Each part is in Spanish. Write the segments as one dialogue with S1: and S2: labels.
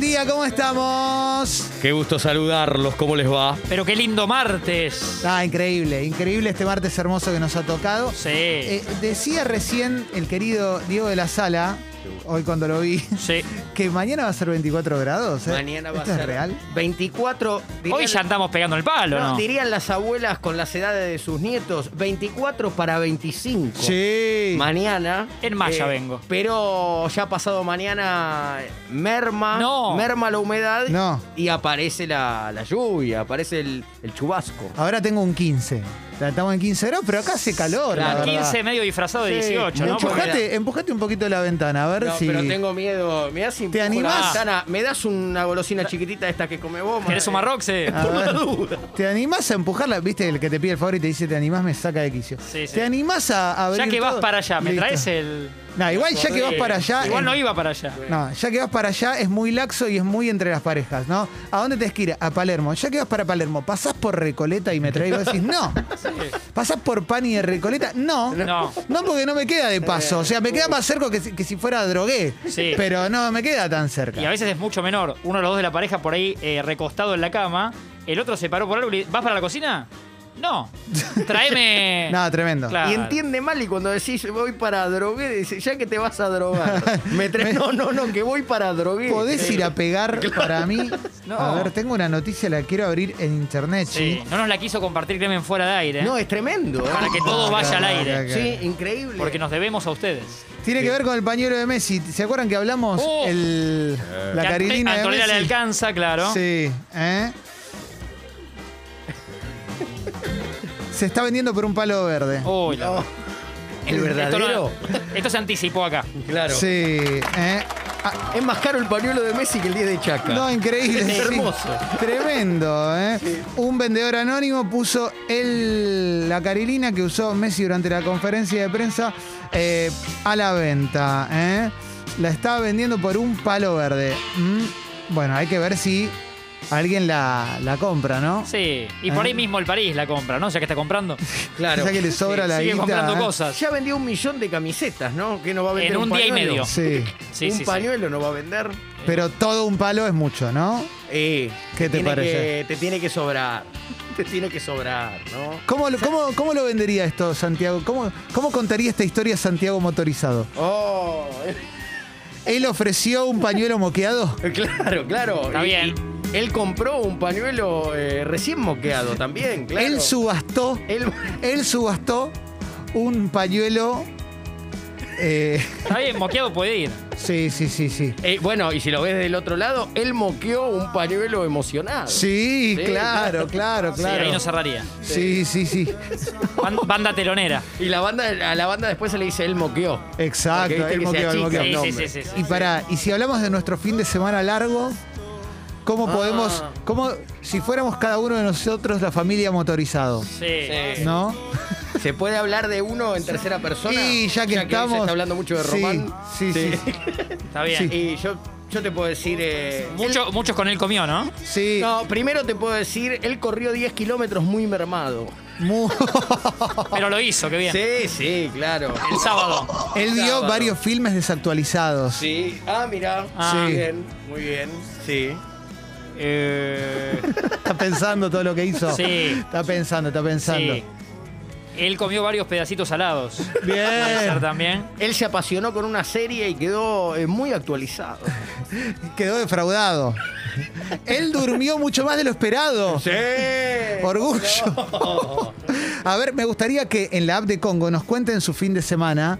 S1: día, ¿cómo estamos?
S2: Qué gusto saludarlos, ¿cómo les va?
S3: Pero qué lindo martes.
S1: Ah, increíble, increíble este martes hermoso que nos ha tocado.
S3: Sí.
S1: Eh, decía recién el querido Diego de la Sala, hoy cuando lo vi,
S3: sí.
S1: que mañana va a ser 24 grados. ¿eh?
S4: Mañana va
S1: ¿Esto
S4: a ser
S1: es real?
S4: 24.
S3: Hoy
S4: dirían-
S3: ya andamos pegando el palo,
S4: no,
S3: ¿no?
S4: Dirían las abuelas con las edades de sus nietos, 24 para 25.
S1: Sí.
S4: Mañana. eh,
S3: En malla vengo.
S4: Pero ya pasado mañana merma,
S3: No.
S4: merma la humedad
S1: No.
S4: y aparece la, la lluvia, aparece el, el chubasco.
S1: Ahora tengo un 15. Estamos en 15 grados, pero acá hace calor. La,
S3: La
S1: verdad.
S3: 15 medio disfrazado de
S4: Sí,
S3: 18, ¿no?
S4: mucho
S3: Porque-
S4: más.
S1: Empujate, empujate un poquito la ventana, a ver
S4: No,
S1: si.
S4: pero tengo miedo. Me das sin
S1: ¿Te animás?
S4: Me das una golosina chiquitita esta que come vos.
S3: ¿Querés un
S4: madre?
S3: marroxe?
S1: A ver, ¿Te animás a empujarla? ¿Viste el que te pide el favor y te dice te animás? Me saca de quicio.
S3: Sí, sí.
S1: ¿Te animás a, a abrir
S3: Ya que vas
S1: todo?
S3: para allá, ¿me
S1: Listo.
S3: traes el...?
S1: No, igual ya que vas para allá.
S3: Igual
S1: eh,
S3: no iba para allá.
S1: No, ya que vas para allá es muy laxo y es muy entre las parejas, ¿no? ¿A dónde tenés que ir? A Palermo. Ya que vas para Palermo, ¿pasás por Recoleta y me traes? Y vos decís, no. ¿Pasás por Pani de Recoleta? No.
S3: No.
S1: No, porque no me queda de paso. O sea, me queda más cerca que si, que si fuera drogué.
S3: Sí.
S1: Pero no me queda tan cerca.
S3: Y a veces es mucho menor. Uno de los dos de la pareja por ahí eh, recostado en la cama. El otro se paró por algo y le- ¿Vas para la cocina? No. Tráeme...
S1: No, tremendo.
S3: Claro.
S4: Y entiende mal y cuando decís voy para drogué, dice, ya que te vas a drogar. Me tra- no, no, no, que voy para drogué.
S1: ¿Podés ir a pegar para mí?
S3: No.
S1: A ver, tengo una noticia, la quiero abrir en internet,
S3: Sí.
S1: sí.
S3: No nos la quiso compartir Clemen fuera de aire. ¿eh?
S4: No, es tremendo. ¿eh?
S3: Para que todo vaya al aire.
S1: que-
S4: Sí, increíble.
S3: Porque nos debemos a ustedes.
S1: Tiene que ver con el pañuelo de Messi. ¿Se acuerdan que hablamos
S3: Oh.
S1: el, la
S3: Que a-
S1: Carilina
S3: a
S1: de
S3: Antonella
S1: Messi?
S3: le alcanza, claro.
S1: Sí, ¿eh? Se está vendiendo por un palo verde.
S4: Oh,
S3: Uy, la-
S4: No. ¿El verdadero?
S3: Esto, no- esto se anticipó acá.
S4: Claro.
S1: Sí, ¿eh? Ah,
S4: Es más caro el pañuelo de Messi que el 10 de Chaca.
S1: no, increíble.
S4: Es
S1: sí.
S4: hermoso.
S1: Tremendo, ¿eh? Un vendedor anónimo puso el, la carilina que usó Messi durante la conferencia de prensa eh, a la venta, ¿eh? La estaba vendiendo por un palo verde. Mm, Bueno, hay que ver si alguien la, la compra, ¿no?
S3: Sí. Y
S1: Ah.
S3: por ahí mismo el París la compra, ¿no? Ya que está comprando.
S4: Claro.
S1: Ya que le sobra la
S3: Sigue
S1: guita,
S3: comprando
S1: ¿eh?
S3: cosas.
S4: Ya vendió un millón de camisetas, ¿no? Que no va a vender
S3: En un día y
S4: pañuelo?
S3: medio.
S1: Sí.
S3: Sí,
S4: un
S3: sí, sí.
S4: pañuelo no va a vender.
S1: Pero todo un palo es mucho, ¿no?
S4: Eh,
S1: ¿Qué te
S4: tiene
S1: parece?
S4: que- te tiene que sobrar. Te tiene que sobrar, ¿no?
S1: ¿Cómo, lo- cómo, cómo lo vendería esto, Santiago? ¿Cómo, ¿Cómo contaría esta historia Santiago motorizado?
S4: Oh,
S1: Él ofreció un pañuelo moqueado.
S4: claro, claro.
S3: Está
S4: Y-
S3: bien.
S4: y él compró un pañuelo eh, recién moqueado también, claro.
S1: Él subastó.
S4: Él-
S1: Él subastó un pañuelo. eh,
S3: Está bien, moqueado puede ir.
S1: sí, sí, sí, sí.
S4: Eh, bueno, y si lo ves del otro lado, él moqueó un pañuelo emocionado.
S1: Sí,
S4: Sí,
S1: claro, claro,
S3: Sí, ahí
S1: claro.
S3: no cerraría.
S1: Sí, sí, sí.
S3: Ban- Banda telonera.
S4: Y la banda, a la banda después se le dice él moqueó. Porque
S1: Exacto,
S4: viste
S1: él
S4: que se
S1: moqueó, él
S4: achica
S1: moqueó.
S4: el
S3: Sí, sí,
S4: nombre.
S3: sí, sí, sí.
S1: Y para, y si hablamos de nuestro fin de semana largo, ¿cómo
S4: Ah.
S1: podemos, cómo, si fuéramos cada uno de nosotros la familia motorizado?
S3: Sí.
S4: Sí.
S1: ¿No?
S4: ¿Se puede hablar de uno en tercera persona?
S1: Y ya que
S4: hoy
S1: estamos.
S4: se está hablando mucho de
S1: Sí,
S4: Román.
S1: Sí, sí, sí.
S3: Está bien.
S4: Y yo, yo te puedo decir. eh,
S3: Mucho- muchos con él comió, ¿no?
S1: Sí.
S4: No, primero te puedo decir, él corrió 10 kilómetros muy mermado.
S1: Mu-
S3: Pero lo hizo, qué bien.
S4: Sí, sí, claro.
S3: El sábado.
S1: Él vio
S4: Sábado.
S1: varios filmes desactualizados.
S4: Sí. Ah, mira.
S3: Ah.
S4: Muy
S1: Sí.
S4: bien, muy bien. Sí.
S3: Eh,
S1: Está pensando todo lo que hizo.
S3: Sí.
S1: Está pensando, está pensando.
S3: sí. Él comió varios pedacitos salados. Puede ser
S1: Bien.
S3: también.
S4: Él se apasionó con una serie y quedó eh, muy actualizado.
S1: Quedó defraudado. Él durmió mucho más de lo esperado.
S4: Sí.
S1: Orgullo. A ver, me gustaría que en la app de Congo nos cuenten su fin de semana.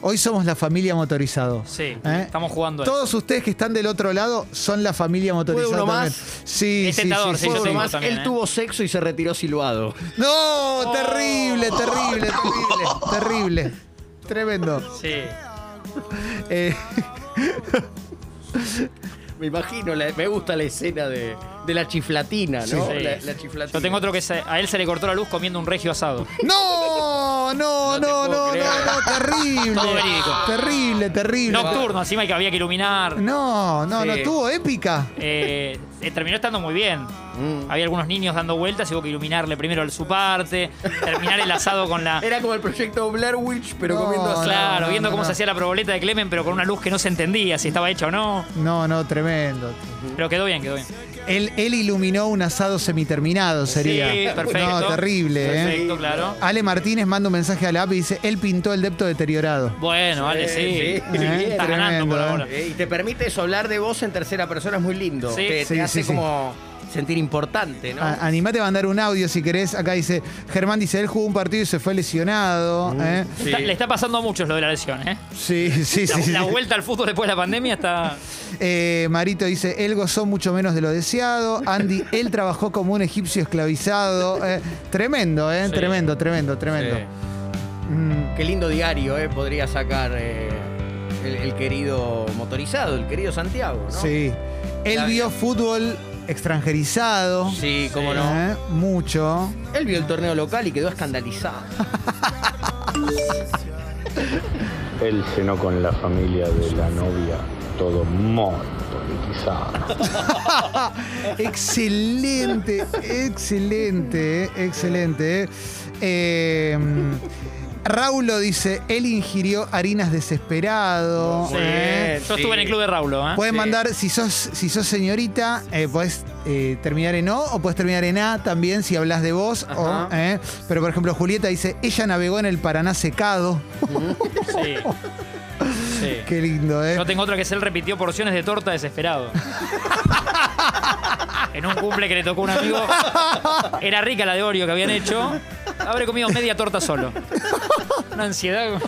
S1: Hoy somos la familia motorizado.
S3: Sí,
S1: ¿Eh?
S3: estamos jugando. a eso.
S1: Todos ustedes que están del otro lado son la familia motorizada.
S4: uno
S1: también.
S4: más?
S1: Sí,
S3: Es
S1: sí,
S3: tentador,
S1: sí,
S3: Este sí,
S1: sí.
S3: yo
S4: Bueno,
S3: tengo
S4: más,
S3: también,
S4: él
S3: ¿eh?
S4: tuvo sexo y se retiró silbado.
S3: Oh.
S1: No, terrible, terrible, terrible, terrible. Tremendo.
S3: Sí.
S1: Eh,
S4: Me imagino, la- me gusta la escena de, de la chiflatina, ¿no?
S3: Sí.
S4: La, la chiflatina.
S3: Yo tengo otro que se- a él se le cortó la luz comiendo un regio asado.
S1: ¡No! No, no,
S3: No te
S1: no,
S3: puedo
S1: no, no,
S3: creer.
S1: no, terrible.
S3: Todo verídico.
S1: Terrible, terrible.
S3: Nocturno, encima que había que iluminar.
S1: No, no, no,
S3: Sí.
S1: estuvo épica.
S3: Eh, eh, terminó estando muy bien.
S4: Mm.
S3: Había algunos niños dando vueltas y hubo que iluminarle primero el- su parte, terminar el asado con la.
S4: Era como el proyecto Blair Witch, pero
S1: No,
S4: comiendo asado.
S3: Oh, Claro,
S1: no,
S3: viendo
S1: no,
S3: cómo
S1: no.
S3: se hacía la proboleta de Clemen, pero con una luz que no se entendía si estaba hecha o no.
S1: No, no, tremendo.
S3: Pero quedó bien, quedó bien.
S1: Él, él iluminó un asado semiterminado, sería.
S3: Sí, perfecto.
S1: No, terrible,
S3: Perfecto,
S1: ¿eh?
S3: claro.
S1: Ale Martínez manda un mensaje a la app y dice, él pintó el depto deteriorado.
S3: Bueno, vale, sí.
S4: Sí,
S1: sí.
S3: Está ganando por
S1: Tremendo,
S3: ahora.
S4: Eh, Y te permite eso, hablar de vos en tercera persona, es muy lindo.
S3: Sí.
S4: Te, te
S1: Sí, Ah, sí,
S4: hace
S1: sí.
S4: como sentir importante, ¿no?
S1: A- animate a mandar un audio si querés. Acá dice, Germán dice, él jugó un partido y se fue lesionado.
S3: Mm.
S1: ¿eh?
S3: Está- le está pasando a muchos lo de la lesión, ¿eh?
S1: Sí, sí, sí.
S3: La,
S1: sí.
S3: la vuelta al fútbol después de la pandemia está.
S1: Eh, Marito dice, él gozó mucho menos de lo deseado. Andy, él trabajó como un egipcio esclavizado. Eh, tremendo, ¿eh?
S3: Sí.
S1: Tremendo, tremendo, tremendo. Mm,
S4: Qué lindo diario, ¿eh? Podría sacar eh, el, el querido motorizado, el querido Santiago, ¿no?
S1: Sí. Él
S4: La
S1: vio fútbol extranjerizado.
S4: Sí, cómo
S3: Sí.
S4: no.
S1: ¿eh? Mucho.
S4: Él vio el torneo local y quedó escandalizado.
S1: Ah,
S5: Él cenó con la familia de la novia, todo muy politizado.
S1: Excelente, excelente, eh, excelente. eh. Eh, Raulo dice, él ingirió harinas desesperado.
S4: Sí.
S1: eh.
S3: Yo estuve en el club de Raulo, ¿eh?
S1: Pueden mandar, si sos, si sos señorita, eh, podés eh, terminar en O o podés terminar en A también si hablas de vos. o,
S4: Ajá.
S1: eh. Pero por ejemplo, Julieta dice, ella navegó en el Paraná secado.
S3: Sí. Sí.
S1: Qué lindo, ¿eh?
S3: Yo tengo otra que es él repitió porciones de torta desesperado. en un cumple que le tocó a un amigo. Era rica la de Oreo que habían hecho. Habré comido media torta solo. Una ansiedad.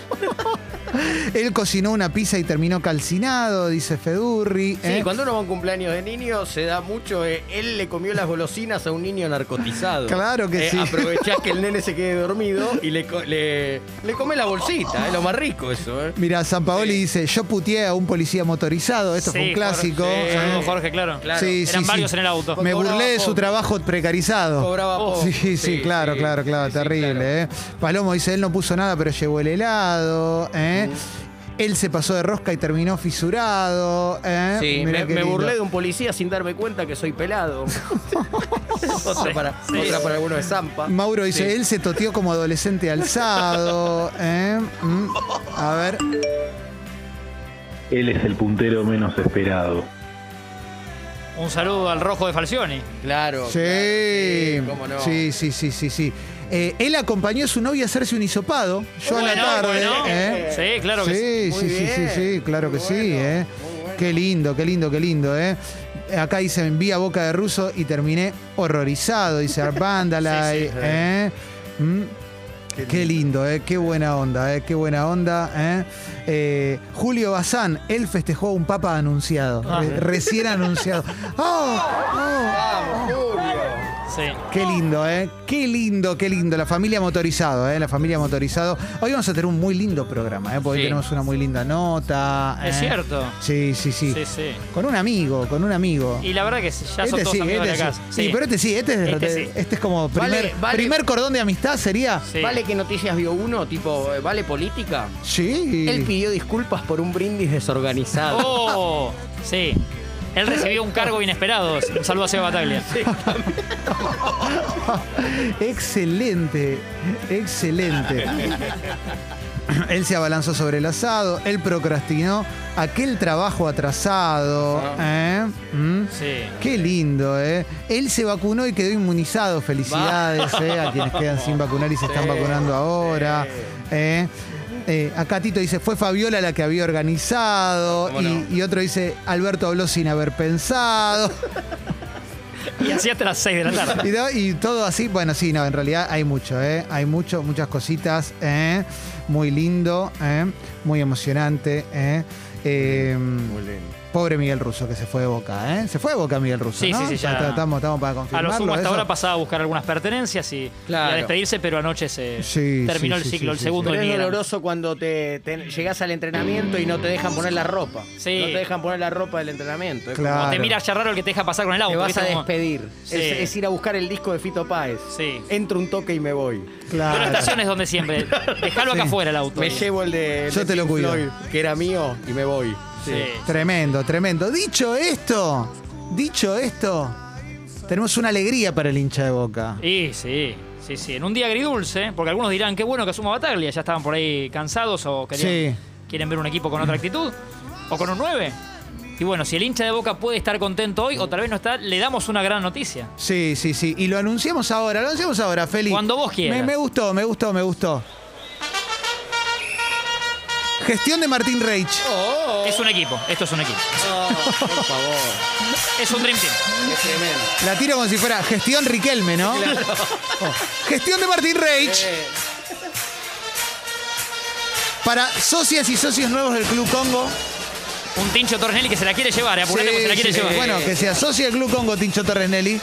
S1: Él cocinó una pizza y terminó calcinado, dice Fedurri.
S4: Sí,
S1: eh.
S4: cuando uno va a un cumpleaños de niño se da mucho. eh, él le comió las golosinas a un niño narcotizado.
S1: Claro que sí.
S4: Aprovechás que el nene se quede dormido y le, co- le, le come la bolsita. Es lo más rico eso, ¿eh?
S1: Mira, San Paoli dice, yo puteé a un policía motorizado, esto fue
S3: Sí,
S1: un clásico.
S3: Jorge, sí,
S1: Eh,
S3: saludos, Jorge, claro.
S4: Claro.
S1: sí,
S3: Eran
S1: sí,
S3: varios
S1: sí.
S3: en el auto.
S1: Me
S4: Cobraba
S1: burlé de su
S4: poco.
S1: trabajo precarizado.
S4: Cobraba poco.
S1: Sí, sí, claro, claro, claro,
S4: sí, sí,
S1: terrible.
S4: claro.
S1: ¿eh? Palomo dice, él no puso nada, pero llevó el helado. ¿eh?
S4: Mm.
S1: Él se pasó de rosca y terminó fisurado. ¿eh?
S4: Sí,
S1: Mirá
S4: me,
S1: qué
S4: me
S1: lindo.
S4: burlé de un policía sin darme cuenta que soy pelado. otra, para,
S3: Sí.
S4: otra para alguno de Zampa.
S1: Mauro dice, él se toteó como adolescente alzado. ¿eh? Mm, A ver.
S5: Él es el puntero menos esperado.
S3: Un saludo al rojo de Falcioni.
S4: Claro.
S1: Sí.
S4: claro, sí, cómo no.
S1: Sí, sí, sí, sí, sí. Eh, él acompañó a su novia a hacerse un hisopado. Yo a la
S3: Bueno,
S1: tarde.
S3: bueno.
S1: ¿eh?
S3: Sí, claro que sí.
S1: sí,
S4: Muy
S1: sí, sí, sí,
S4: bien,
S1: sí, claro que
S4: muy
S1: sí,
S4: bueno,
S1: ¿eh?
S4: muy bueno.
S1: Qué lindo, qué lindo, qué lindo, ¿eh? Acá dice, envía boca de ruso y terminé horrorizado, dice Arpándala,
S3: Sí, sí,
S1: ¿eh? Mm. Qué lindo, ¿eh? Qué buena onda, ¿eh? Qué buena onda, ¿eh? Eh, Julio Bazán, él festejó a un papa anunciado,
S3: Ah.
S1: re- recién anunciado. ¡Oh! ¡Oh!
S4: Vamos, Julio.
S3: Sí.
S1: Qué lindo, ¿eh? Qué lindo, qué lindo. La familia motorizado, ¿eh? La familia motorizado. Hoy vamos a tener un muy lindo programa, ¿eh? Porque hoy
S4: Sí.
S1: tenemos una muy linda nota.
S3: Es
S1: ¿eh?
S3: cierto.
S1: Sí, sí, sí,
S3: Sí, sí.
S1: Con un amigo, con un amigo.
S3: Y la verdad que sí, ya son todos amigos de
S1: este
S3: la
S1: sí.
S3: casa.
S1: Sí, pero este sí, este es,
S3: Este
S1: de-
S3: sí.
S1: este es como
S4: Vale,
S1: primer,
S4: vale.
S1: primer cordón de amistad, ¿sería?
S3: Sí.
S4: ¿Vale qué noticias vio uno? Tipo, eh, ¿vale política?
S1: Sí.
S4: Él pidió disculpas por un brindis desorganizado.
S3: ¡Oh! Sí. Él recibió un cargo inesperado. Un saludo a Seba Bataglia.
S1: Excelente, excelente. Él se abalanzó sobre el asado, él procrastinó aquel trabajo atrasado.
S3: Ah.
S1: ¿eh? ¿Mm?
S3: Sí.
S1: Qué lindo, ¿eh? Él se vacunó y quedó inmunizado. Felicidades ¿eh? a quienes quedan sin vacunar y se están vacunando ahora. ¿eh? Eh, acá Tito dice, fue Fabiola la que había organizado.
S4: ¿Cómo
S1: Y,
S4: no?
S1: y otro dice, Alberto habló sin haber pensado.
S3: Y así hasta las 6 de la tarde.
S1: Y, do- y todo así, bueno, sí, no, en realidad hay mucho, ¿eh? Hay mucho, muchas cositas, ¿eh? Muy lindo, ¿eh? Muy emocionante, ¿eh? Eh, Pobre Miguel Russo que se fue de boca, ¿eh? Se fue de boca Miguel Russo.
S3: Sí,
S1: ¿no?
S3: sí, sí, ya.
S1: Está- Estamos, estamos para
S3: A
S1: confirmarlo.
S3: lo sumo hasta
S1: eso.
S3: ahora pasaba a buscar algunas pertenencias y,
S4: Claro.
S3: y a despedirse, pero anoche se
S1: Sí,
S3: terminó
S1: sí,
S3: el
S1: sí, sí,
S3: ciclo, el
S1: sí,
S3: segundo
S4: Pero
S3: de
S4: es
S3: Miguel.
S4: doloroso cuando te, te- llegás al entrenamiento y no te dejan poner la ropa.
S3: Sí.
S4: No te dejan poner la ropa del entrenamiento. Es como-
S1: Claro.
S3: Te mira ya raro el que te deja pasar con el auto.
S4: Te vas
S3: ¿viste?
S4: a
S3: Como-
S4: despedir.
S3: Sí.
S4: Es, es ir a buscar el disco de Fito Páez.
S3: Sí.
S4: Entro un toque y me voy.
S3: Yo en la
S1: Claro.
S3: estación es donde siempre. Dejalo acá afuera el auto.
S4: Me llevo el de, el
S1: Yo
S4: de
S1: te lo
S4: Pink
S1: cuido.
S4: Floyd, que era mío, y me voy.
S3: Sí.
S1: Tremendo, tremendo. Dicho esto, dicho esto, tenemos una alegría para el hincha de boca.
S3: Y sí, sí, sí. En un día agridulce, porque algunos dirán, qué bueno que asuma Bataglia, ya estaban por ahí cansados o querían-
S1: Sí.
S3: quieren ver un equipo con otra actitud o con un 9. Y bueno, si el hincha de Boca puede estar contento hoy o tal vez no está, le damos una gran noticia.
S1: Sí, sí, sí. Y lo anunciamos ahora, lo anunciamos ahora, Feli.
S3: Cuando vos quieras.
S1: Me, me gustó, me gustó, me gustó. Gestión de Martín Reich.
S3: Es un equipo, esto es un equipo.
S4: por favor.
S3: Es un Dream Team.
S4: Qué tremendo.
S1: La tiro como si fuera gestión Riquelme, ¿no? Oh. Gestión de Martín Reich.
S3: Eh.
S1: Para socias y socios nuevos del Club Congo.
S3: Un Tincho Tornelli que se la quiere llevar, eh, apurate porque se la quiere
S1: Sí, sí,
S3: llevar.
S1: Bueno, que se asocie al Club Congo, Tincho Torrenelli.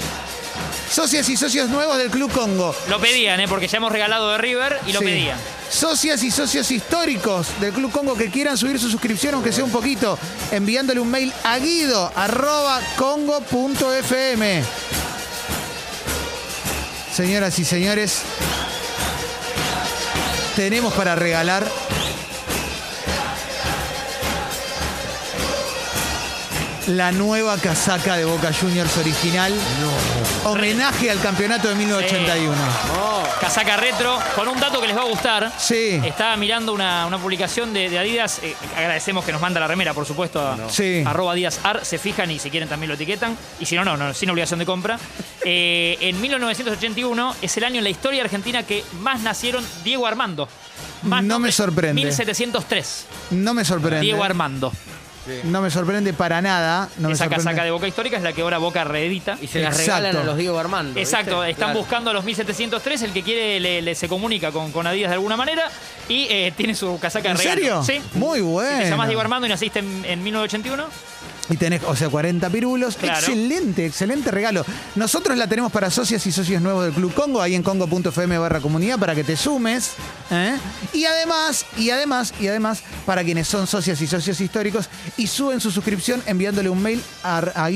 S1: Socias y socios nuevos del Club Congo.
S3: Lo pedían, eh, porque ya hemos regalado de River y lo
S1: Sí.
S3: pedían.
S1: Socias y socios históricos del Club Congo que quieran subir su suscripción, aunque sea un poquito, enviándole un mail a guido arroba congo.fm. Señoras y señores, tenemos para regalar. La nueva casaca de Boca Juniors original. Homenaje al campeonato de 1981.
S3: Casaca retro, con un dato que les va a gustar.
S1: Sí.
S3: Estaba mirando una, una publicación de, de Adidas. eh, agradecemos que nos manda la remera, por supuesto. A,
S1: Sí.
S3: Arroba Adidas Ar, se fijan y si quieren también lo etiquetan. Y si no, no, no sin obligación de compra. Eh, en 1981 es el año en la historia argentina que más nacieron Diego Armando. Más
S1: No me
S3: nombres,
S1: sorprende.
S3: 1703.
S1: No me sorprende.
S3: Diego Armando.
S1: No me sorprende para nada. No me
S3: Esa
S1: sorprende.
S3: casaca de Boca Histórica es la que ahora Boca reedita.
S4: Y se las
S1: Exacto.
S4: regalan a los Diego Armando.
S3: Exacto,
S4: ¿viste?
S3: están
S4: Claro.
S3: buscando a los 1703, el que quiere le, le- se comunica con, con Adidas de alguna manera y eh, tiene su casaca de
S1: ¿En serio?
S3: regalo. Sí.
S1: Muy
S3: Si te
S1: bueno.
S3: llamás Diego Armando y naciste en, en 1981,
S1: Y tenés, o sea, 40 pirulos.
S3: Claro.
S1: Excelente, excelente regalo. Nosotros la tenemos para socias y socios nuevos del Club Congo, ahí en congo.fm barra comunidad para que te sumes. ¿eh? Y además, y además, y además, para quienes son socias y socios históricos y suben su suscripción enviándole un mail a, a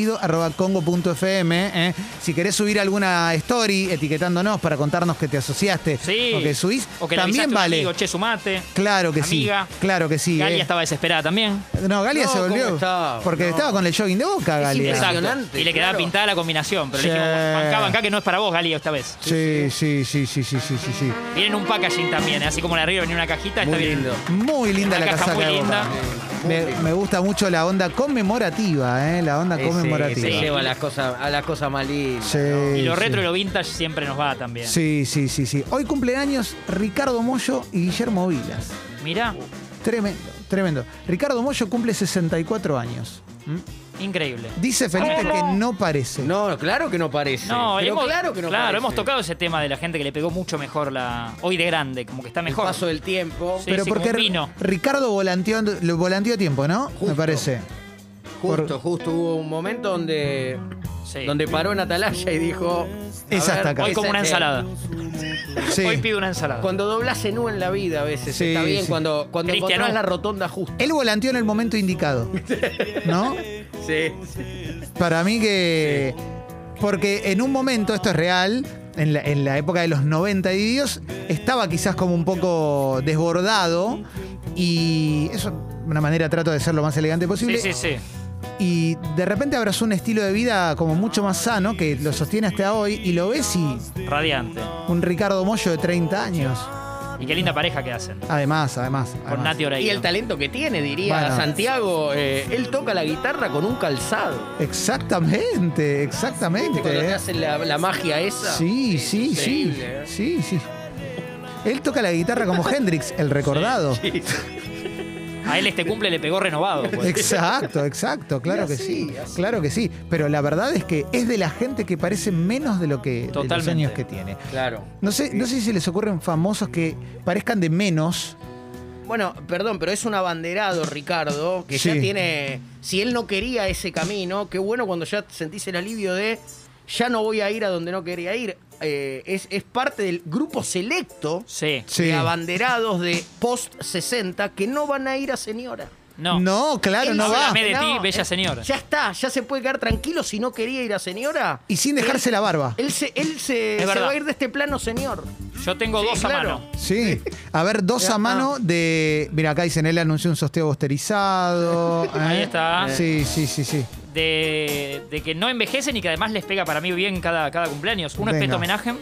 S1: guido.congo.fm. ¿eh? Si querés subir alguna story etiquetándonos para contarnos que te asociaste
S3: sí.
S1: o que subís,
S3: o que le avisaste a
S1: también
S3: un
S1: vale.
S3: amigo, che, sumate.
S1: Claro que
S3: Amiga.
S1: sí. Claro que sí.
S3: Galia
S1: eh.
S3: estaba desesperada también.
S1: No, Galia
S4: No,
S1: se
S4: ¿cómo
S1: volvió.
S4: estaba?
S1: Porque
S4: No.
S1: estaba con el jogging de boca, Galia.
S4: impresionante.
S3: Exacto. Y le quedaba
S4: claro.
S3: pintada la combinación,
S1: eh.
S3: pero
S1: Sí.
S3: le dijimos, bancá, bancá, que no es para vos, Galia, esta vez.
S1: Sí, sí, sí, sí, sí, sí, sí, sí.
S3: Vienen un packaging también, ¿eh? así como la de arriba venía una cajita,
S4: Muy
S3: está bien.
S4: lindo.
S1: Muy linda
S3: Una
S1: la
S3: caja
S1: casaca
S3: muy
S1: de
S3: linda.
S1: Boca. Me, me gusta mucho la onda conmemorativa, ¿eh? La onda
S4: Ese-
S1: conmemorativa.
S4: Se lleva a las cosas, a las cosas más lindas.
S1: Sí,
S3: Y lo retro
S1: sí.
S3: y lo vintage siempre nos va también.
S1: Sí, sí, sí, sí. Hoy cumpleaños Ricardo Mollo y Guillermo Vilas.
S3: Mirá,
S1: Tremendo, tremendo. Ricardo Mollo cumple 64 años.
S3: increíble.
S1: Dice Felipe que no parece.
S4: No, claro que no parece.
S3: No,
S4: Pero
S3: hemos,
S4: claro que no
S3: claro,
S4: parece.
S3: hemos tocado ese tema de la gente que le pegó mucho mejor la. Hoy de grande, como que está mejor.
S4: El paso del tiempo.
S3: Sí,
S1: Pero
S3: sí,
S1: porque
S3: como un vino.
S1: Ricardo volanteó, lo volanteó a tiempo, ¿no? Me
S4: Justo.
S1: parece.
S4: Justo, justo hubo un momento donde,
S3: Sí.
S4: donde paró en Atalaya y dijo. a
S1: Es hasta acá.
S3: Hoy
S1: Esa-
S3: como una
S4: eh,
S3: ensalada.
S1: Sí.
S3: Hoy pido una ensalada.
S4: Cuando doblás en U en la vida a veces.
S1: Sí,
S4: está bien
S1: sí.
S4: cuando, cuando
S3: Cristiano.
S4: encontrás la rotonda justa.
S1: Él volanteó en el momento indicado. ¿No?
S4: Sí.
S1: Para mí que. Porque en un momento, esto es real, en la, en la época de los 90 y Dios, estaba quizás como un poco desbordado. Y eso, de una manera, trato de ser lo más elegante
S3: Sí,
S1: posible.
S3: sí, sí.
S1: Y de repente abrazó un estilo de vida como mucho más sano que lo sostiene hasta hoy. Y lo ves y
S3: Radiante.
S1: un Ricardo Mollo de 30 años.
S3: Y qué linda pareja que hacen.
S1: Además, además.
S3: Con
S1: además.
S3: Nati Oreiro.
S4: Y el talento que tiene, diría
S1: Bueno.
S4: Santiago. eh, él toca la guitarra con un calzado.
S1: Exactamente, exactamente.
S4: ¿Viste cuando te
S1: eh.
S4: hacen la, la magia esa?
S1: Sí, sí, sí.
S4: Increíble, ¿eh?
S1: Sí, sí. Él toca la guitarra como Hendrix, el recordado.
S3: A él este cumple le pegó renovado. pues.
S1: Exacto, exacto, claro que sí. Claro que sí. Pero la verdad es que es de la gente que parece menos de lo que de los
S3: Totalmente.
S1: años que tiene.
S4: Claro.
S1: No sé, no sé si se les ocurren famosos que parezcan de menos.
S4: Bueno, perdón, pero es un abanderado, Ricardo, que
S1: Sí.
S4: ya tiene. Si él no quería ese camino, qué bueno cuando ya sentís el alivio de ya no voy a ir a donde no quería ir. Eh, es, es parte del grupo selecto
S3: Sí.
S1: Sí.
S4: de abanderados de post 60 que no van a ir a señora.
S3: No.
S1: claro,
S4: Él
S1: no va.
S3: Háblame de ti,
S4: No,
S3: bella
S4: eh,
S3: señora.
S4: Ya está, ya se puede quedar tranquilo si no quería ir a señora.
S1: Y sin dejarse la barba.
S4: Él se, él se,
S3: Es
S4: se
S3: verdad.
S4: va a ir de este plano, señor.
S3: Yo tengo
S4: Sí,
S3: dos
S4: claro.
S3: a mano.
S1: Sí. A ver, dos a
S4: Ah.
S1: mano de. Mira, acá dicen, él anunció un sosteo austerizado.
S3: Ahí
S1: ¿eh?
S3: está.
S1: Sí, sí, sí, sí.
S3: De, de que no envejecen y que además les pega para mí bien cada, cada cumpleaños. Uno es
S1: Venga.
S3: Peto Homenaje.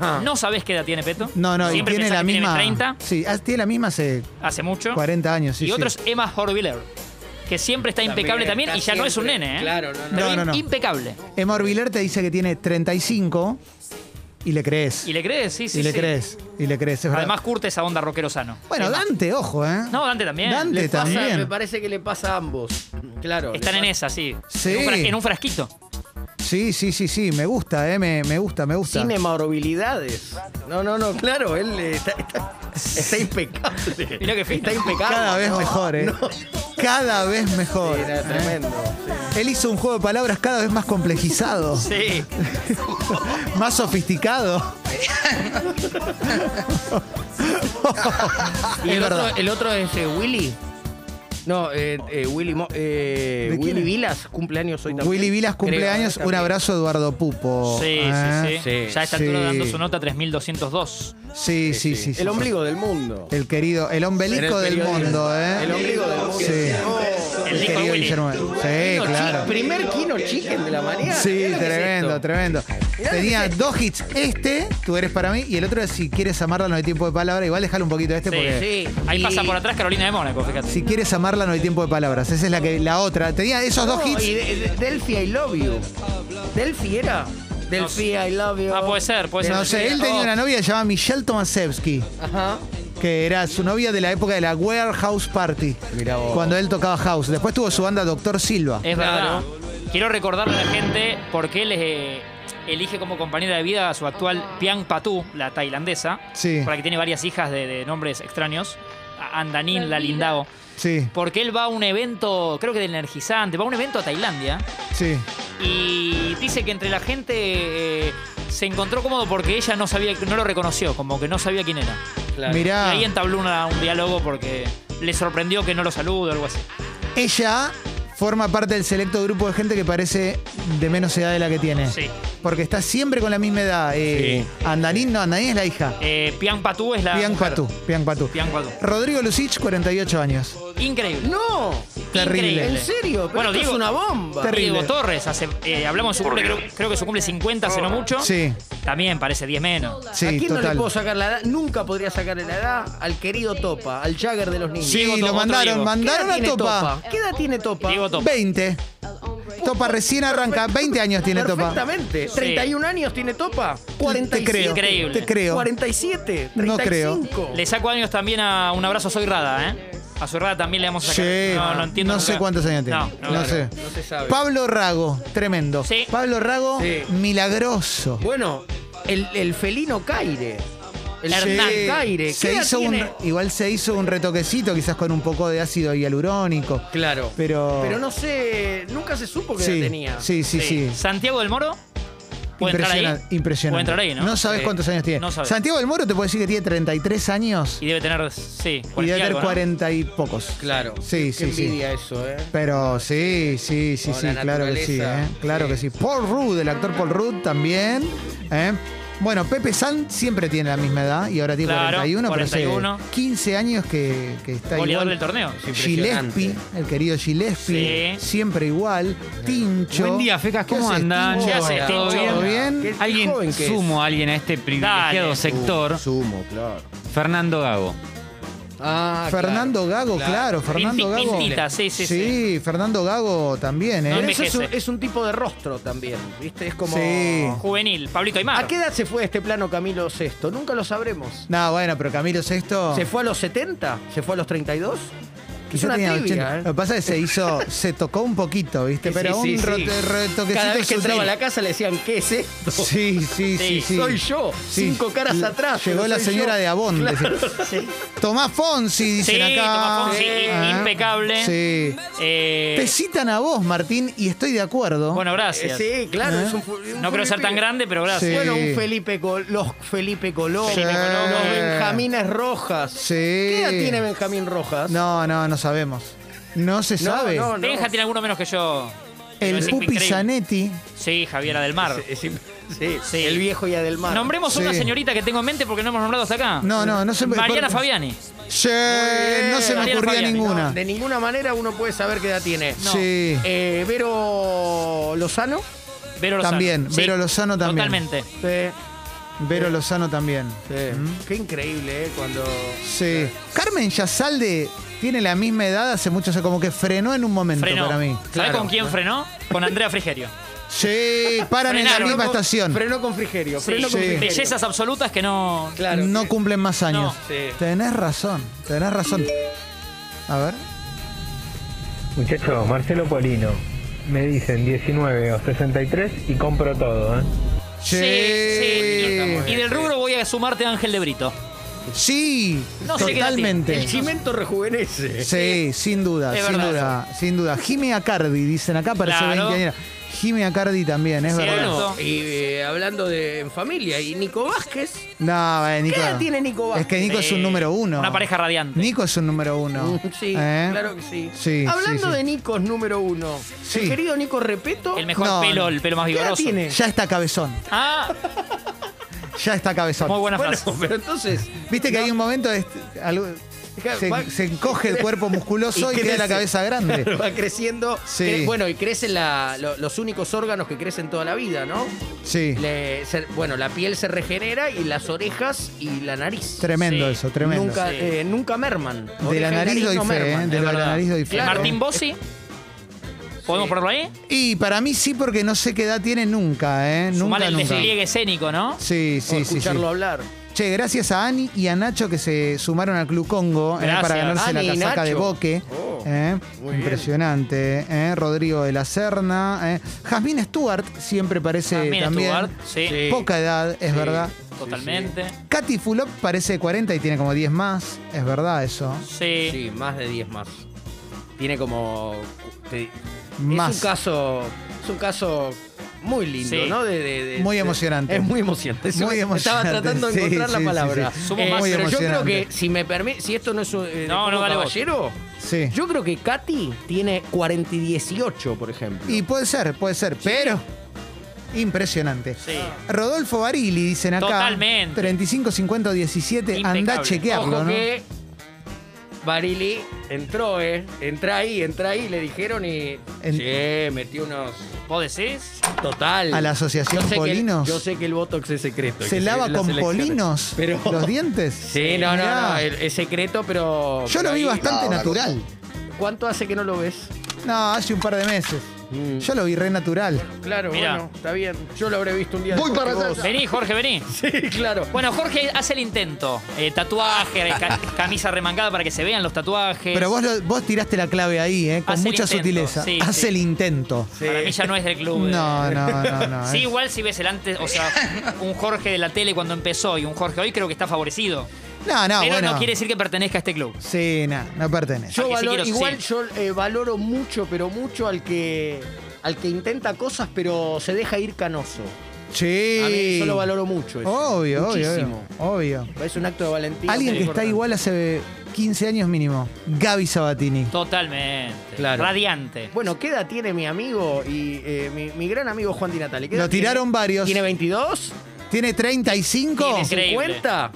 S4: Ah.
S3: No sabés qué edad tiene Peto.
S1: No, no,
S3: Siempre
S1: y tiene
S3: pensás
S1: la
S3: que
S1: misma.
S3: 30,
S1: Sí, ah, tiene la misma hace
S3: hace mucho.
S1: 40 años, sí.
S3: y
S1: sí.
S3: otro es Emma Horviller, que siempre está impecable también
S4: está
S3: y ya no es un
S4: siempre.
S3: nene, ¿eh?
S4: Claro, no, no.
S3: Pero
S1: No, no, no.
S3: impecable.
S1: Emma Orbiler Em te dice que tiene 35 y le crees.
S3: ¿Y le crees? Sí, sí.
S1: Y le
S3: sí.
S1: crees. Y le crees, es verdad.
S3: Además, curte esa onda rockero sano.
S1: bueno,
S3: Emma.
S1: Dante, ojo, ¿eh?
S3: No, Dante también.
S1: Dante
S4: Pasa- me
S1: también.
S4: parece que le pasa a ambos. Claro.
S3: Están
S4: le
S3: en
S4: pasa-
S3: esa, sí.
S1: Sí.
S3: En un, fras- en un frasquito.
S1: Sí, sí, sí, sí. Me gusta, ¿eh? Me, me gusta, me gusta.
S4: Sin habilidades. No, no, no, claro, él eh, está, está- está impecable.
S3: Mirá qué fino.
S4: Está impecable.
S1: Cada vez
S4: No,
S1: mejor, ¿eh?
S4: no.
S1: Cada vez mejor.
S4: Era
S1: ¿eh?
S4: tremendo.
S1: Él hizo un juego de palabras cada vez más complejizado,
S3: Sí.
S1: más sofisticado.
S4: ¿Y
S1: Es
S4: el otro,
S1: verdad.
S4: el otro es eh, Willy? No, eh, eh, Willy, Mo- eh,
S1: ¿De quién
S4: Willy
S1: es?
S4: Vilas, cumpleaños hoy también.
S1: Willy Vilas, cumpleaños.
S4: Creo,
S1: Un
S4: también.
S1: abrazo, Eduardo Pupo.
S3: eh, Sí, sí,
S1: ¿eh?
S3: sí, Ya a esta
S1: Sí.
S3: altura dando su nota 3202.
S1: Sí, sí, sí. sí.
S4: El ombligo del mundo.
S1: El querido, el ombelico
S4: En el
S1: del
S4: periodismo.
S1: mundo, ¿eh?
S4: El ombligo del mundo.
S1: Sí.
S4: Oh.
S3: El disco de
S1: querido
S3: Willy.
S1: Guillermo. Sí,
S4: Kino
S1: claro.
S4: Chi- Primer Kino Chicken de la mañana.
S1: Sí,
S4: Mirá lo que es
S1: tremendo,
S4: esto.
S1: tremendo.
S4: Mirá lo
S1: Tenía
S4: que es
S1: dos hits. Este, tú eres para mí, y el otro es si quieres amarla no hay tiempo de palabra. Igual dejale un poquito a este
S3: Sí,
S1: porque.
S4: Sí.
S3: Ahí
S4: Y-
S3: pasa por atrás Carolina de Mónaco, fíjate.
S1: Si quieres amarla no hay tiempo de palabras. Esa es la que la otra. Tenía esos dos
S4: No,
S1: hits.
S4: Oh, Y de- de- Delphi I Love You. ¿Delphi era? Delphi I Love You.
S3: Ah, puede ser, puede ser.
S1: No sé, él tenía una novia llamada Michelle Tomasevsky,
S4: Ajá.
S1: que era su novia de la época de la Warehouse Party.
S4: Mirá vos. Eh.
S1: Cuando él tocaba house. Después tuvo su banda Doctor Silva.
S3: Es verdad. Quiero recordarle a la gente por qué les eh, elige como compañera de vida a su actual Piang Patu, la tailandesa.
S1: Sí.
S3: Para que tiene varias hijas de, de nombres extraños. A- Andanin, Lalindao.
S1: Sí,
S3: Porque él va a un evento, creo que de energizante, va a un evento a Tailandia.
S1: sí.
S3: y dice que entre la gente eh, se encontró cómodo porque ella no sabía, no lo reconoció, como que no sabía quién era.
S4: Claro.
S1: Mirá,
S3: Y ahí entabló una- un diálogo porque le sorprendió que no lo saludo o algo así.
S1: ella forma parte del selecto grupo de gente que parece de menos edad de la que tiene.
S3: Sí.
S1: Porque está siempre con la misma edad. eh, Andanín, no, Andanín es la hija.
S3: Eh, Piang Patú es la.
S1: Pian
S3: mujer.
S1: Patú, Pian Patú.
S3: Piang Patú.
S1: Rodrigo Lucich, 48 años.
S3: Increíble.
S4: No.
S1: Terrible.
S3: Increíble.
S4: ¿En serio? Pero
S3: bueno,
S4: esto
S3: Diego,
S4: es una bomba.
S1: Terrible.
S3: Diego Torres, hace- eh, hablamos de su cumple, creo, creo que su cumple 50 hace no mucho.
S1: Sí,
S3: También parece 10 menos.
S1: sí,
S4: ¿A quién no le
S1: total.
S4: puedo sacar la edad? Nunca podría sacarle la edad al querido Topa, al Jagger de los niños.
S1: sí,
S3: Diego
S1: lo
S3: Topa,
S1: mandaron,
S3: Diego.
S4: ¿Qué edad
S1: mandaron a
S4: tiene
S1: Topa.
S4: ¿Qué edad tiene Topa?
S3: Diego Topa.
S1: 20. Topa recién arranca, 20 años tiene Topa.
S4: Perfectamente. 31 años tiene Topa.
S1: Te
S4: 47.
S1: creo,
S3: Increíble.
S1: te creo.
S4: 47. 35.
S1: No creo.
S3: Le saco años también a un abrazo a Soy Rada, ¿eh? A Soy Rada también le vamos a sacar.
S1: Sí,
S3: no, no entiendo.
S1: sé cuántos años tiene.
S3: No,
S1: No,
S3: no, claro.
S1: sé.
S4: No se sabe.
S1: Pablo Rago, tremendo.
S3: Sí.
S1: Pablo Rago,
S4: Sí.
S1: milagroso.
S4: Bueno, el, el felino Caire. El
S3: Sí.
S4: Hernán Caire. ¿qué
S1: Se
S4: edad
S1: hizo un,
S4: tiene?
S1: igual se hizo un retoquecito, quizás con un poco de ácido hialurónico.
S4: Claro.
S1: Pero.
S4: Pero no sé, nunca se supo que
S1: sí,
S4: edad tenía.
S1: sí, sí, sí.
S3: Santiago del Moro. ¿Puede entrar ahí?
S1: Impresionante. impresionante.
S3: Puede entrar ahí, ¿no?
S1: sabes
S4: Sí.
S1: cuántos años tiene.
S3: No sabés.
S1: Santiago del Moro te puede decir que tiene 33 años
S3: Y debe tener, sí, 40
S1: y debe
S3: y
S1: tener
S3: algo, ¿no?
S1: 40 y pocos.
S4: Claro.
S1: Sí,
S4: Qué
S1: sí,
S4: envidia eso, ¿eh?
S1: Pero sí, sí, sí,
S4: No,
S1: sí,
S4: la
S1: claro que sí,
S4: naturaleza,
S1: ¿eh? claro
S4: sí.
S1: que sí. Paul Rudd, el actor Paul Rudd también. ¿eh? Bueno, Pepe San siempre tiene la misma edad y ahora tiene
S3: Claro,
S1: 41, pero
S3: 41.
S1: hace 15 años que, que está
S3: Goleador
S1: igual.
S3: del torneo.
S4: Es impresionante.
S1: Gillespie, el querido Gillespie,
S3: Sí.
S1: siempre igual. Tincho.
S6: Buen día, fecas,
S1: ¿Qué
S6: ¿cómo
S1: haces,
S6: andan?
S1: Tincho?
S3: ¿Qué haces,
S6: ¿Todo
S3: Tincho?
S6: bien?
S1: ¿Todo bien?
S4: Qué joven
S6: Alguien,
S4: que es.
S6: sumo a alguien a este privilegiado
S3: Dale. Eh,
S6: sector,
S4: Sumo, claro.
S6: Fernando Gago.
S4: Ah, claro.
S1: Fernando Gago, claro, Fernando
S3: Pinti-
S1: Gago.
S3: pintita, sí, sí,
S1: Fernando Gago también, ¿eh?
S3: No
S4: Pero eso es un,
S3: envejece.
S4: es un tipo de rostro también, ¿viste? Es como.
S1: Sí.
S3: Juvenil, Pablito Aymar.
S4: ¿A qué edad se fue de este plano Camilo VI? Nunca lo sabremos.
S1: No, bueno, pero Camilo Sexto.
S4: ¿Se fue a los 70? ¿Se fue a los 32?
S1: Quizá
S4: una
S1: tenía
S4: tibia,
S1: 80.
S4: ¿eh?
S1: Lo que pasa es que se hizo, se tocó un poquito, ¿viste?
S4: Sí,
S1: Pero
S4: sí,
S1: un
S4: sí,
S1: rote-
S4: sí.
S1: retoquecito
S4: Cada vez que
S1: sutil.
S4: entraba a la casa le decían, ¿qué es esto?
S1: Sí, sí, sí,
S3: Sí,
S1: sí.
S4: Soy yo,
S1: Sí.
S4: cinco caras atrás.
S1: Llegó
S4: pero
S1: la
S4: soy
S1: señora
S4: yo.
S1: de Avon. decía. Tomás Fonsi, dicen
S3: Sí,
S1: acá.
S3: Tomás Fonsi,
S1: Ah,
S3: impecable.
S1: Sí.
S3: Eh,
S1: Te citan a vos, Martín, y estoy de acuerdo.
S3: bueno,
S4: Eh,
S3: gracias.
S4: Sí, claro. es un fu- un
S3: No creo ser
S4: Felipe-
S3: tan grande, pero gracias.
S1: Sí.
S4: Bueno, un Felipe Col- los Felipe Colón,
S1: Felipe Colombo.
S4: los Benjamines Rojas.
S1: Sí.
S4: ¿Qué edad tiene Benjamín Rojas?
S1: No, no, no sabemos. No se
S4: No,
S1: sabe.
S4: no, no.
S3: Benja tiene alguno menos que yo. Pero es
S1: El Pupi
S3: increíble.
S1: Zanetti.
S3: Sí, Javiera del Mar.
S4: Es im- sí,
S3: Sí.
S4: El viejo y Adelmar.
S3: Nombremos una
S1: Sí.
S3: señorita que tengo en mente porque no hemos nombrado hasta acá.
S1: No, no, no se me-
S3: Mariana
S1: por-
S3: Fabiani.
S1: Sí, no se me
S3: Mariana
S1: ocurría
S3: Fabiani,
S1: ninguna.
S4: De ninguna manera uno puede saber qué edad tiene.
S3: No.
S1: Sí.
S4: Eh, Vero Lozano.
S3: Vero Lozano.
S1: También, Vero Lozano también.
S3: Totalmente.
S4: Sí.
S1: Vero Lozano también.
S4: Qué increíble, ¿eh? Cuando.
S1: Mm. Sí. Carmen Yazalde tiene la misma edad hace mucho, o sea, como que frenó en un momento
S3: Frenó.
S1: para mí.
S3: ¿Sabés con quién frenó? Con Andrea Frigerio.
S1: Sí, paran en
S3: Frenaron.
S1: la misma estación.
S4: Frenó con Frigerio.
S3: Sí.
S4: Frenó con
S1: Sí.
S4: Frigerio.
S3: Bellezas absolutas que no.
S4: Claro.
S1: no cumplen más años.
S3: No,
S4: sí.
S1: Tenés razón, tenés razón. A ver.
S7: Muchacho, Marcelo Polino. Me dicen 19 o 63 y compro todo, ¿eh?
S1: Sí.
S3: Y del rubro voy a sumarte a Ángel de Brito.
S1: Sí,
S3: No sé qué edad
S1: totalmente.
S4: El cimento rejuvenece.
S1: Sí, sin duda,
S3: Es
S1: sin
S3: verdad
S1: duda, sin duda. Jimmy Acardi, dicen acá, parece
S3: Claro.
S1: 20 años. Jimmy Acardi también, es
S3: Cierto.
S1: verdad.
S4: Y eh, hablando de en familia, y Nico Vázquez.
S1: No, eh, Nico.
S4: ¿Qué edad tiene Nico Vázquez?
S1: Es que Nico es
S3: Eh,
S1: un número uno.
S3: Una pareja radiante.
S1: Nico es un número uno.
S4: Sí,
S1: ¿Eh?
S4: claro que sí.
S1: Sí,
S4: Hablando
S1: sí, sí.
S4: de Nicos número uno,
S1: Sí.
S4: el querido Nico Repeto,
S3: El mejor
S1: No,
S3: pelo,
S1: no.
S3: el pelo más
S4: ¿qué edad
S3: vigoroso.
S4: tiene?
S1: Ya está cabezón.
S3: Ah,
S1: Ya está cabezón.
S3: muy buena
S4: Bueno,
S3: frase.
S4: pero entonces,
S1: Viste que hay un momento. este, algo-
S4: va-
S1: se, se encoge el cuerpo musculoso
S4: Y
S1: y, queda la
S4: crece.
S1: cabeza grande.
S4: va creciendo.
S1: Sí.
S4: cre- bueno, y crecen la- lo- los únicos órganos que crecen toda la vida, ¿no?
S1: Sí.
S4: Le- se- bueno, la piel se regenera y las orejas y la nariz.
S1: Tremendo
S3: Sí.
S1: eso, tremendo.
S4: Nunca,
S3: Sí.
S4: eh, nunca merman.
S1: de
S4: Oreja
S1: la
S4: y
S1: nariz doy
S4: no
S1: fe, ¿eh?
S4: merman.
S1: De
S3: es
S1: la
S3: verdad.
S1: nariz doy fe.
S4: Claro.
S3: Martín Bossi. ¿Podemos ponerlo ahí?
S1: Y para mí sí, porque no sé qué edad tiene nunca, ¿eh?
S3: Sumar
S1: Nunca,
S3: el
S1: nunca.
S3: despliegue escénico, ¿no?
S1: Sí, sí,
S4: O
S1: sí, sí.
S4: escucharlo hablar.
S1: Che, gracias a Ani y a Nacho que se sumaron al Club Congo eh,
S3: Gracias,
S1: para ganarse
S4: Ani
S1: la
S4: y
S1: casaca de
S4: Nacho.
S1: Boque.
S4: Oh,
S1: eh.
S4: muy bien.
S1: Impresionante. eh. Rodrigo de la Serna. eh. Jazmín Stewart siempre parece
S3: Jasmine
S1: también.
S3: Stewart, sí. Sí.
S1: Poca edad, es verdad.
S3: Totalmente.
S1: Katy Fulop parece de 40 y tiene como 10 más. Es verdad eso. Eh.
S3: Sí.
S4: Sí, más de 10 más. Tiene como. te-
S1: Más.
S4: Es un caso. Es un caso muy lindo,
S3: Sí.
S4: ¿no? De- de- de-
S1: Muy
S4: de-
S1: emocionante.
S4: Es muy emocionante. Es
S1: Muy
S4: un-
S1: emocionante,
S4: Estaba tratando de
S1: sí,
S4: encontrar
S1: sí,
S4: la palabra.
S1: sí,
S3: sí. Somos más-
S4: pero
S1: Muy
S4: yo creo
S1: emocionante.
S4: que, si me permite, si esto no es un. eh, de
S3: No,
S4: Como
S3: no, dale vos.
S4: caballero,
S1: Sí.
S4: yo creo que Katy tiene 40 y 18, por ejemplo.
S1: Y puede ser, puede ser, pero. Impresionante.
S3: Sí.
S1: Rodolfo Barili, dicen acá.
S3: Totalmente.
S1: 35, 50, 17. Andá a
S3: Impecable.
S1: chequearlo,
S4: Ojo
S1: ¿no?
S4: que Barili entró, ¿eh? Entra ahí, entra ahí, le dijeron y.
S1: En-
S4: Che, metió unos.
S3: ¿Vos decís?
S4: Total.
S1: A la asociación
S4: Yo sé que el-
S1: Polinos.
S4: yo sé que el Botox es secreto.
S1: ¿Se
S4: que
S1: lava
S4: en las
S1: con
S4: elecciones.
S1: polinos
S4: Pero-
S1: los dientes?
S4: Sí, no, no,
S1: Mirá.
S4: no, el- es secreto, pero.
S1: Yo lo vi
S4: ahí-
S1: bastante natural.
S4: ¿Cuánto hace que no lo ves?
S1: No, hace un par de meses. Yo lo vi re natural.
S4: Claro,
S3: Mm. Mirá.
S4: bueno, está bien. Yo lo habré visto un día. Voy para allá.
S3: Vení, Jorge, vení.
S4: Sí, claro.
S3: Bueno, Jorge hace el intento. Eh, tatuaje, ca- camisa remangada para que se vean los tatuajes.
S1: Pero vos, lo- vos tiraste la clave ahí, ¿eh? con
S3: Hace el
S1: mucha
S3: intento,
S1: sutileza.
S3: sí,
S1: hace
S3: sí.
S1: el intento.
S3: Para mí ya no es del club. eh.
S1: No, no, no, no.
S3: Sí,
S1: eh.
S3: igual si ves el antes, o sea, un Jorge de la tele cuando empezó y un Jorge hoy creo que está favorecido.
S1: no, no, Ah,
S3: pero
S1: bueno.
S3: no quiere decir que pertenezca a este club.
S1: Sí, no, no pertenece.
S4: Yo
S3: Al que sí
S4: valoro-
S3: quiero,
S4: igual
S3: sí.
S4: yo eh, valoro mucho, pero mucho al que al que intenta cosas pero se deja ir canoso.
S1: Sí.
S4: A mí yo lo valoro
S3: Pues,
S4: mucho. Eso.
S1: Obvio, obvio,
S4: Muchísimo.
S1: obvio, obvio.
S4: Es un acto de valentía.
S1: Alguien
S4: muy
S1: que está
S4: importante.
S1: igual hace 15 años mínimo. Gaby Sabatini.
S3: Totalmente.
S4: Claro.
S3: Radiante.
S4: Bueno, ¿qué edad tiene mi amigo y eh, mi, mi gran amigo Juan Di Natale? ¿Qué
S1: Lo
S4: edad tiene?
S1: tiraron varios.
S4: ¿Tiene 22?
S1: ¿Tiene 35?
S3: Tiene- Increíble.
S4: ¿50?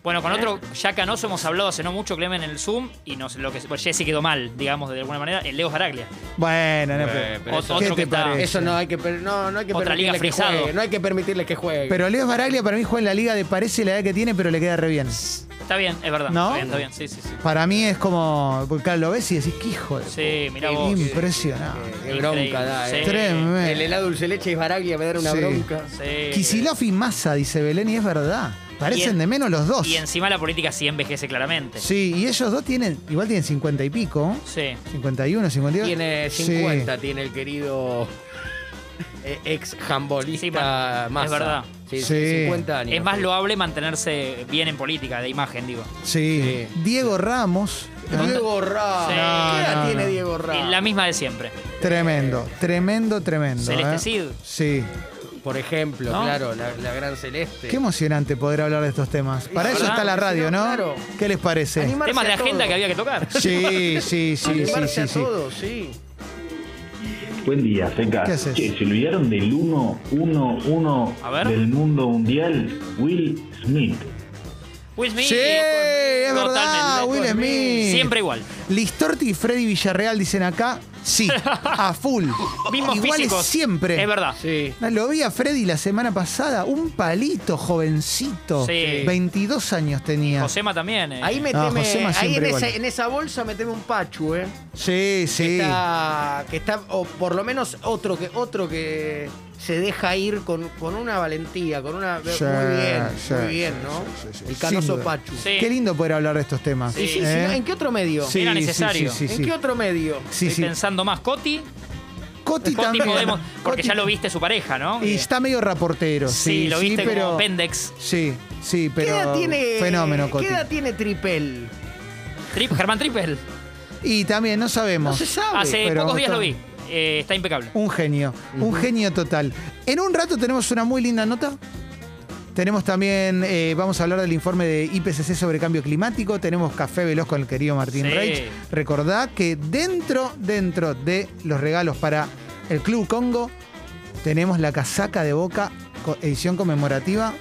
S3: Bueno,
S1: Eh.
S3: con otro, ya Canoso hemos hablado hace no mucho, Clemen, en el Zoom, y nos, lo que bueno, Jesse quedó mal, digamos, de alguna manera, el Leo Jaraglia.
S1: Bueno, no,
S4: Eh, pero
S1: pero,
S4: eso-
S1: ¿qué te
S3: otro que está-
S1: parece?
S4: Eso no hay que, per- no, no hay que
S3: Ah, Otra
S4: permitirle
S3: liga
S4: que
S3: frisado.
S4: juegue. No hay que permitirle que juegue.
S1: Pero Leo Baraglia para mí juega en la liga de parece la edad que tiene, pero le queda re bien.
S3: Está bien, es verdad.
S1: ¿No?
S3: Está bien, está bien, sí, sí, sí.
S1: Para mí es como. Porque claro, lo ves y decís, qué hijo de.
S3: Sí, mirá
S1: qué
S3: vos.
S1: Impresionante.
S4: Eh, Qué bronca da, eh.
S3: Sí.
S1: Tremendo.
S4: El helado dulce leche y Baraglia me dan una
S1: Sí.
S4: bronca.
S3: Sí.
S1: Kicillof y Massa, dice Belén, y es verdad. Parecen
S3: Y en-
S1: de menos los dos.
S3: Y encima la política sí envejece claramente.
S1: Sí, y ellos dos tienen, igual tienen 50 y pico.
S3: Sí.
S1: 51, 52.
S4: Tiene
S1: Sí.
S4: 50, tiene el querido eh, ex jambolista
S3: Sí, Massa.
S4: Massa.
S3: Es verdad.
S4: Sí, sí,
S1: Sí.
S4: 50 años.
S3: Es más loable mantenerse bien en política, de imagen, digo.
S1: Sí. Diego Ramos. ¿eh?
S4: Diego Ramos.
S3: Sí.
S4: ¿Qué edad
S1: No, no,
S4: tiene
S1: no.
S4: Diego
S3: Eh,
S4: Ramos?
S3: La misma de siempre.
S1: Tremendo, tremendo, tremendo.
S3: Celeste
S1: ¿eh?
S3: Cid.
S1: Sí.
S4: Por ejemplo,
S3: ¿No?
S4: claro, la, la gran celeste.
S1: Qué emocionante poder hablar de estos temas. Para eso
S3: ¿verdad?
S1: está la radio, ¿no?
S4: Claro.
S1: ¿Qué les parece?
S4: Animarse
S3: Temas de
S4: a todo.
S3: agenda que había que tocar.
S1: Sí, sí, sí, sí, sí,
S4: Animarse
S1: sí.
S4: a todo, sí.
S5: Buen día, Seca.
S1: ¿Qué haces?
S5: Che, ¿se olvidaron del 1-1-1
S3: A ver.
S5: del mundo mundial? Will Smith.
S3: Will Smith.
S1: Sí, es verdad,
S3: Totalmente.
S1: Will Smith.
S3: Siempre igual.
S1: Listorti y Freddy Villarreal dicen acá, sí, a full.
S3: Mismos
S1: Iguales
S3: físicos.
S1: siempre. Ah,
S3: Es verdad.
S4: Sí.
S1: Lo vi a Freddy la semana pasada, un palito jovencito.
S3: Sí.
S1: 22 años tenía.
S3: Josema también. eh.
S4: Ahí
S1: Ah,
S4: meteme,
S1: Josema
S4: ahí en
S1: siempre
S4: esa,
S1: igual.
S4: en esa bolsa meteme un pachu, ¿eh?
S1: Sí, sí.
S4: Que está, que está- o por lo menos otro que otro que se deja ir con, con una valentía, con una
S1: Sí,
S4: muy bien,
S1: sí,
S4: muy bien,
S1: sí,
S4: ¿no?
S1: sí, sí, sí.
S4: El
S1: Sin
S4: canoso
S1: duda.
S4: Pachu.
S3: Sí.
S1: Qué lindo poder hablar de estos temas.
S4: Y sí, sí,
S1: ¿eh?
S4: ¿no? ¿En qué otro medio?
S1: Sí,
S3: Era
S1: sí,
S3: necesario.
S1: Sí, sí,
S4: ¿En
S1: sí.
S4: qué otro medio?
S1: Sí,
S3: Estoy
S1: sí.
S3: pensando más. Coti.
S1: Coti
S3: Coti
S1: también.
S3: podemos. Porque
S1: Coti-
S3: ya lo viste su pareja, ¿no?
S1: Y está medio raportero. Sí,
S3: sí, lo viste
S1: sí, pero...
S3: como Pendex.
S1: Sí, sí,
S4: ¿Qué
S1: pero.
S4: edad tiene,
S1: Fenómeno, Coti.
S4: ¿Qué edad tiene Tripel?
S3: Trip, Germán Trippel.
S1: Y también, no sabemos.
S4: No se sabe.
S3: Hace
S1: pero
S3: pocos días
S1: está-
S3: lo vi. Eh, está impecable.
S1: Un genio, un genio total. En un rato tenemos una muy linda nota. Tenemos también, eh, vamos a hablar del informe de IPCC sobre cambio climático. Tenemos café veloz con el querido Martín
S3: Sí.
S1: Reich. Recordá que dentro, dentro de los regalos para el Club Congo, tenemos la casaca de Boca, co- edición conmemorativa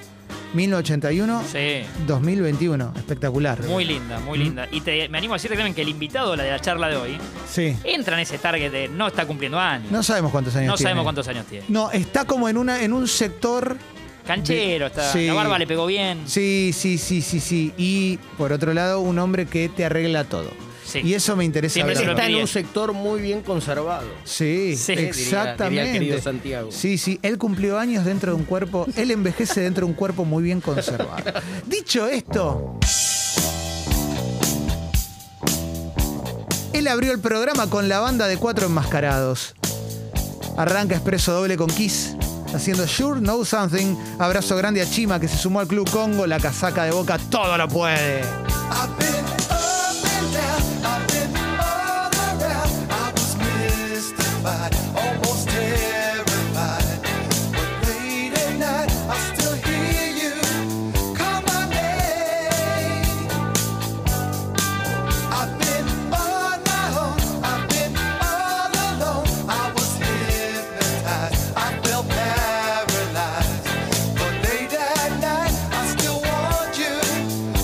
S1: 1981.
S3: Sí.
S1: 2021, espectacular.
S3: Muy linda,
S1: Mm.
S3: muy linda. Y te, me animo a decirte también que el invitado la de la charla de hoy
S1: Sí.
S3: entra en ese target de no está cumpliendo años. No,
S1: No sabemos cuántos años tiene.
S3: sabemos cuántos años tiene.
S1: No, está como en, una, en un sector
S3: Canchero, está,
S1: Sí.
S3: la barba le pegó bien.
S1: Sí, sí, sí, sí, sí. Y por otro lado, un hombre que te arregla todo.
S3: Sí.
S1: Y eso me interesa.
S3: Siempre
S1: hablar.
S3: se lo
S4: Está en
S3: diría.
S4: un sector muy bien conservado.
S1: Sí,
S3: Sí, diría-
S1: exactamente.
S4: diría el querido Santiago.
S1: Sí, sí, él cumplió años dentro de un cuerpo, él envejece dentro de un cuerpo muy bien conservado. Dicho esto, él abrió el programa con la banda de cuatro enmascarados. Arranca Expreso Doble con Kiss, haciendo Sure Know Something. Abrazo grande a Chima que se sumó al Club Congo, la casaca de boca, todo lo puede.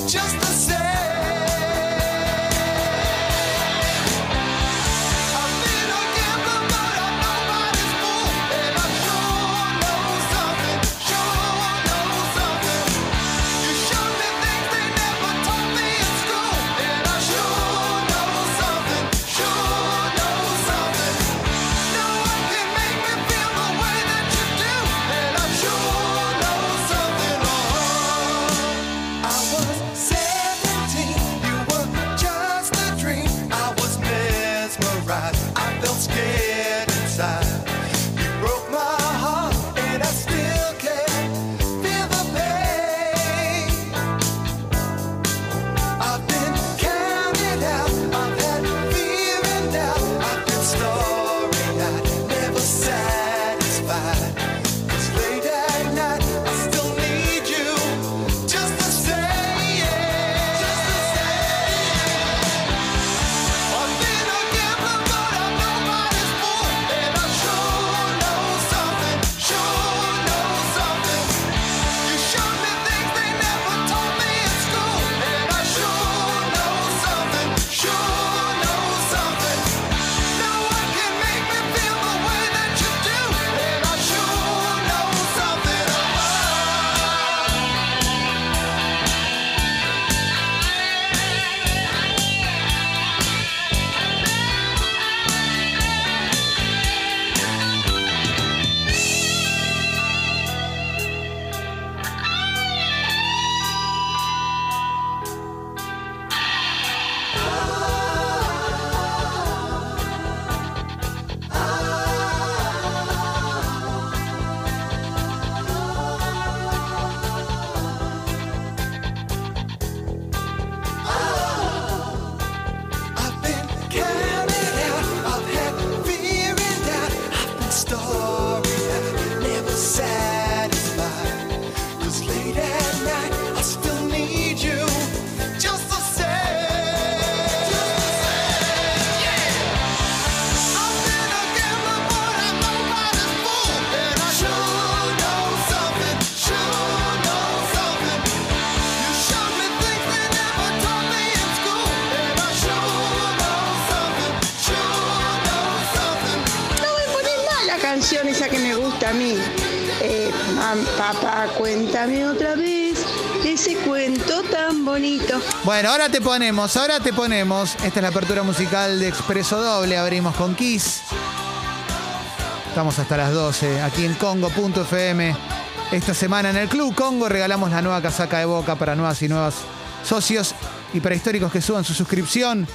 S8: Just the same. Scared inside, you broke my heart, and I still can feel the pain. I've been counted out, I've had fear and doubt, I've been story-eyed, never satisfied. 'Cause late at night, I still need you, just the same. Just the same. I've been a gambler, but I
S9: canción esa que me gusta a mí. Eh, mam- papá, cuéntame otra vez ese cuento tan bonito.
S1: Bueno, ahora te ponemos, ahora te ponemos. Esta es la apertura musical de Expreso Doble. Abrimos con Kiss. Estamos hasta las 12 aquí en Congo.fm. Esta semana en el Club Congo regalamos la nueva casaca de boca para nuevas y nuevos socios y prehistóricos que suban su suscripción